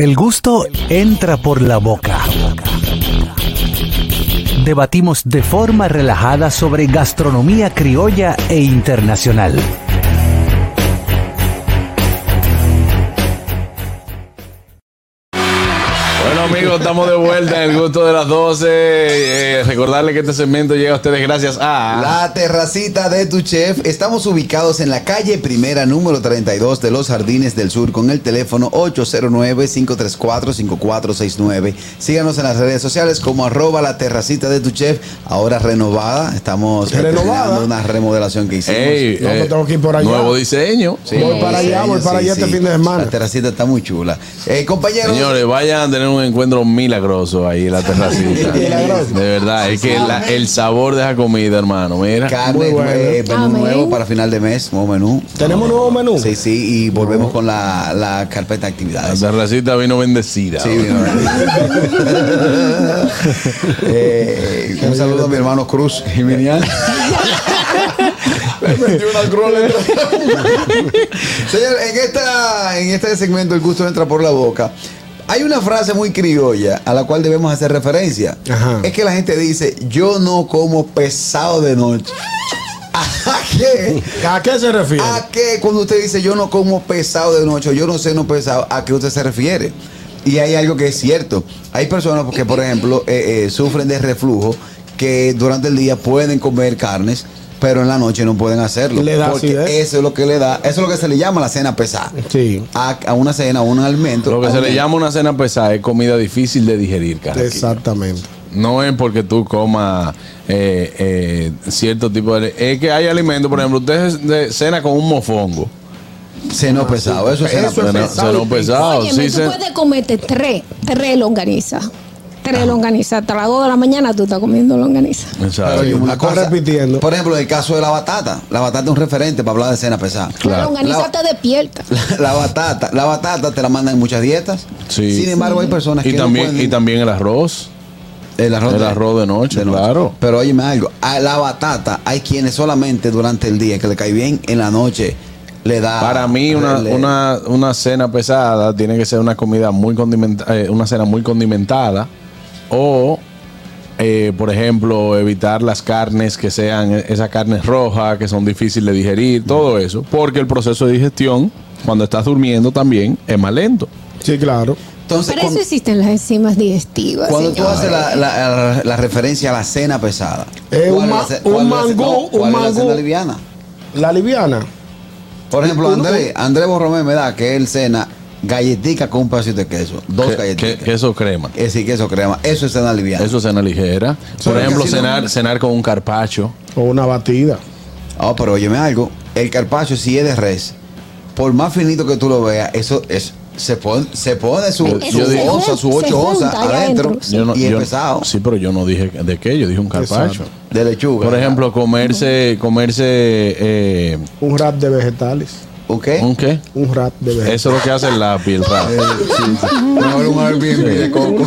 El gusto entra por la boca. Debatimos de forma relajada sobre gastronomía criolla e internacional. Bueno amigos, estamos de vuelta en el gusto de las 12. Eh, recordarle que este segmento llega a ustedes gracias a... Ah. La terracita de tu chef. Estamos ubicados en la calle primera, número 32 de los Jardines del Sur, con el teléfono 809-534-5469. Síganos en las redes sociales como arroba la terracita de tu chef, ahora renovada. Estamos eh, Renovada. terminando una remodelación que hicimos. Ey, No, eh, no tengo que ir por allá. Nuevo diseño. Sí, voy para sí, allá, voy para allá este fin de semana. La terracita está muy chula. Eh, compañeros, Señores, vayan a tener un encuentro milagroso ahí en la terracita. Milagroso. De verdad, es que la- el sabor de esa comida, hermano. Mira, carne, Muy bueno. eh, menú Amén. nuevo para final de mes, nuevo menú. ¿Tenemos nuevo menú? Sí, sí, y volvemos con la, la carpeta de la actividades. terracita vino bendecida. Sí, vino. Eh, un saludo a mi hermano Cruz Jiménez. Señor, en, esta, en este segmento el gusto entra por la boca. Hay una frase muy criolla a la cual debemos hacer referencia. Ajá. Es que la gente dice, yo no como pesado de noche. ¿A qué? ¿A qué se refiere? ¿A qué cuando usted dice yo no como pesado de noche, yo no sé no pesado, a qué usted se refiere? Y hay algo que es cierto. Hay personas que, por ejemplo, eh, eh, sufren de reflujo, que durante el día pueden comer carnes, pero en la noche no pueden hacerlo. Le da porque acidez. eso es lo que le da, eso es lo que se le llama la cena pesada. Sí. A, a una cena, a un alimento. Lo a que se un- le llama una cena pesada es comida difícil de digerir, cara. Exactamente. No es porque tú comas eh, eh, cierto tipo de... Es que hay alimentos, por ejemplo, usted es de- cena con un mofongo. Seno pesado, eso es cena Eso es Cena, pesada. pesado cena y pesado, Óyeme, sí, tú cena- puedes comerte tres, tres longanizas. Tres longanizas. Hasta las dos de la mañana tú estás comiendo longaniza. Exacto. Oye, una Acá cosa, repitiendo. Por ejemplo, en el caso de la batata. La batata es un referente para hablar de cena pesada. La longaniza La- te despierta. La, la batata, la batata te la mandan en muchas dietas. Sí. Sin embargo, hay personas y que también no y pueden también el arroz el arroz, el arroz de noche, claro. Pero óyeme algo, a la batata hay quienes solamente durante el día que le cae bien, en la noche le da para mí una, le- una, una cena pesada tiene que ser una comida muy condimentada una cena muy condimentada o eh, por ejemplo evitar las carnes que sean e- esas carnes rojas que son difíciles de digerir todo eso porque el proceso de digestión cuando estás durmiendo también es más lento Sí, claro. Entonces, Para cuan- eso cuando, existen las enzimas digestivas. tú señores. haces la, la- la- la referencia a la cena pesada, Eh, ¿cuál un es la ma- ce- un cuál es la ce- mangú, un cuál es la mangú. cena liviana? La liviana. Por ejemplo, Un- un- Andrés, Andrés Borromé me da que él cena galletica con un pedacito de queso, dos que, que- galletitas. que eso crema Es decir, queso crema, eso es cena liviana. eso es cena ligera por es ejemplo casi lo cenar mismo. cenar con un carpacho O una batida. Ah, pero óyeme algo. El carpacho, si es de res, por más finito que tú lo veas, eso es. Se pone, se pone su, Yo- su yo digo- onza, su se 8 junta onzas allá adentro. adentro, sí. Yo no- y es yo- pesado. sí pero yo no dije de qué yo dije un carpacho Exacto. De lechuga. Por ejemplo, comerse, comerse eh, Un wrap de vegetales. ¿Ok? ¿un qué? Un wrap de vegetales. Eso es lo que hace el lápiz, el rap. Eh, Mejor un Airbnb de coco.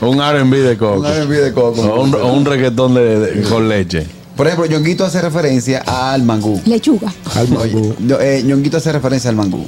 un R&B de Un coco. Airbnb de coco. O un, o un reggaetón de, de- con leche. Por ejemplo, Ñonguito hace referencia al mangú. Lechuga. Al mangú. Oye, no, eh, Ñonguito hace referencia al mangú.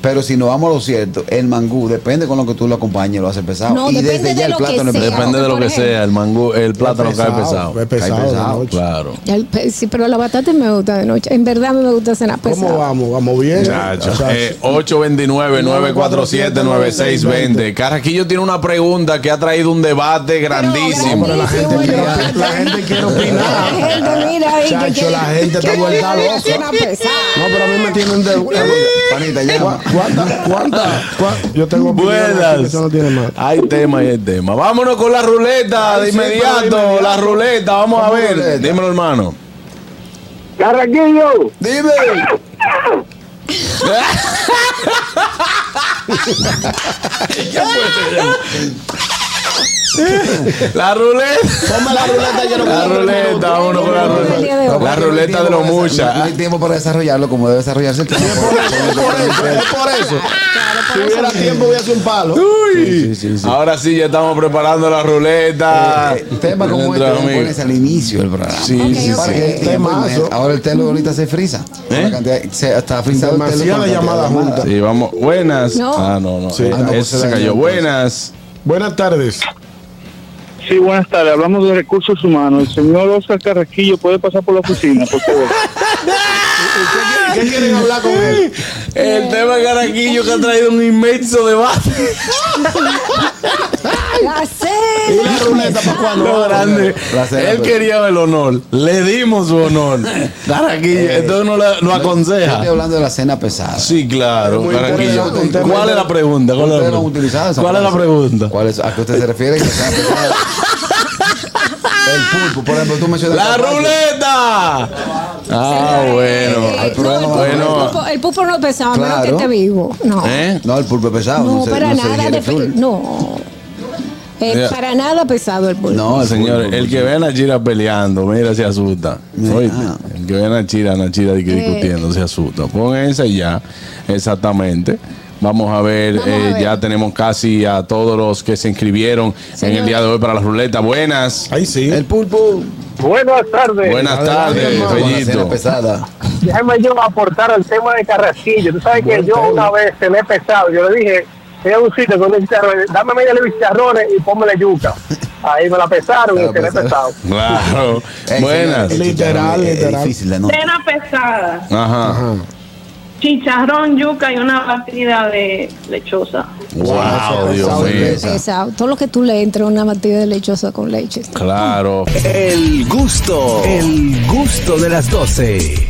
Pero si nos vamos a lo cierto, el mangú, depende con lo que tú lo acompañes, lo hace pesado. No, y depende desde de ya el lo plato que no es sea. pesado. Ah, Depende de lo por que ejemplo. sea. El mangú, el plátano cae pesado. Es pesado. Cae de pesado, noche. Claro. Ya el pe- sí, pero la batata me gusta de noche. En verdad me gusta cenar pesado. ¿Cómo vamos? ¿Vamos bien? Chacho. O sea, Eh, 829-947-9620. Carraquillo tiene una pregunta que ha traído un debate grandísimo. Pero la gente Oye, quiere- la- la gente quiere opinar. La gente, mira ahí. que Chacho, quiere- la gente está que vuelta quiere loca. cenar pesado. No, pero a mí me tienen de... Panita, llama. ¿Cuántas? ¿Cuántas? Yo tengo opiniones, así que Buenas. Eso no tiene más. Hay tema y hay tema. Vámonos con la ruleta Ay, de sí, inmediato. pero de inmediato. La ruleta, vamos a Vamos, ver. ruleta. Dímelo, hermano. Carraquillo, Dime. La ruleta. Ponme la ruleta, yo no La puedo. ruleta, vámonos con la ruleta. La ruleta de lo mucha. No mucha. hay tiempo para desarrollarlo como debe desarrollarse el tema. Por- por- por- por- por eso. Claro, Si hubiera tiempo, voy a hacer un palo. Uy. Ahora sí, ya estamos preparando la ruleta. Eh, tema como este Nuestro lo amigo. pones al inicio del programa. Sí, sí, Ok, ok. sí. Para que- Temazo. ¿Eh? Ahora el telo ahorita se frisa. Con la cantidad- se- está frisado el telo. Demasiada con la cantidad llamada de junta. llamadas. Sí, vamos. Buenas. No. Ah, no, no. Sí. Eh, Ah, no, ese pues se se cayó. dañó, Buenas. Buenas tardes. Sí, buenas tardes. Hablamos de recursos humanos. El señor Oscar Carraquillo puede pasar por la oficina, por favor. ¿Qué quieren hablar con él? El tema Caraquillo que ha traído un inmenso debate. La ¿Y sé. la ruleta para cuándo? Lo grande. La cena, pues. Él pero- quería el honor. Le dimos su honor. Caraquillo. Entonces uno la- lo Yo aconseja. Estoy hablando de la cena pesada. Sí, claro. Muy Caraquillo. interesante, un tema ¿Cuál es la interesante. pregunta? ¿Cuál es Ustedes la no han utilizado pregunta? esa ¿Cuál es la frase. pregunta? ¿Cuál es- ¿A qué usted se refiere? Que sea pesada. el pulpo, por ejemplo, tú mencionas. ¡La el pulpo. ruleta! Ah, bueno. Eh, al no, programa el, pulpo, bueno. el pulpo- el pulpo no pesaba, a menos que Claro. esté vivo. No. ¿Eh? No, el pulpo es pesado. No, se- para se nada. digiere de- full. no. Eh, Mira. Para nada pesado el pulpo. No, el Señor, pulpo, el pulpo. que ve a Nachira peleando, mira, se asusta. Oíste, Ah. El que ve a Nachira, a Nachira di- discutiendo, se asusta. Pon esa y ya, exactamente. Vamos a ver, Vamos a eh, ver. ya tenemos casi a todos los que se inscribieron en el Señor. día de hoy para la ruleta. Buenas, Ahí sí. El pulpo. Buenas tardes. buenas adelante, tardes, hermano. Con la cena Fellito. pesada. Déjame yo aportar al tema de Carraquillo. Tú sabes que Buen yo tema. una vez se le he pesado. Yo le dije, fui a un sitio con un chicharrón, dame media de chicharrones y ponme la yuca. Ahí me la pesaron y Claro, se le he pesado. pesado. Claro, Eh, buenas. señor, el Literal, chicharrón es- es literal. difícil de no. Cena pesada, Ajá. Ajá. chicharrón, yuca y una batida de lechosa. Wow, Wow, Dios pesado, mío. pesado. Pesado. Todo lo que tú le entres una batida de lechosa con leche. Claro. El gusto, el gusto de las 12.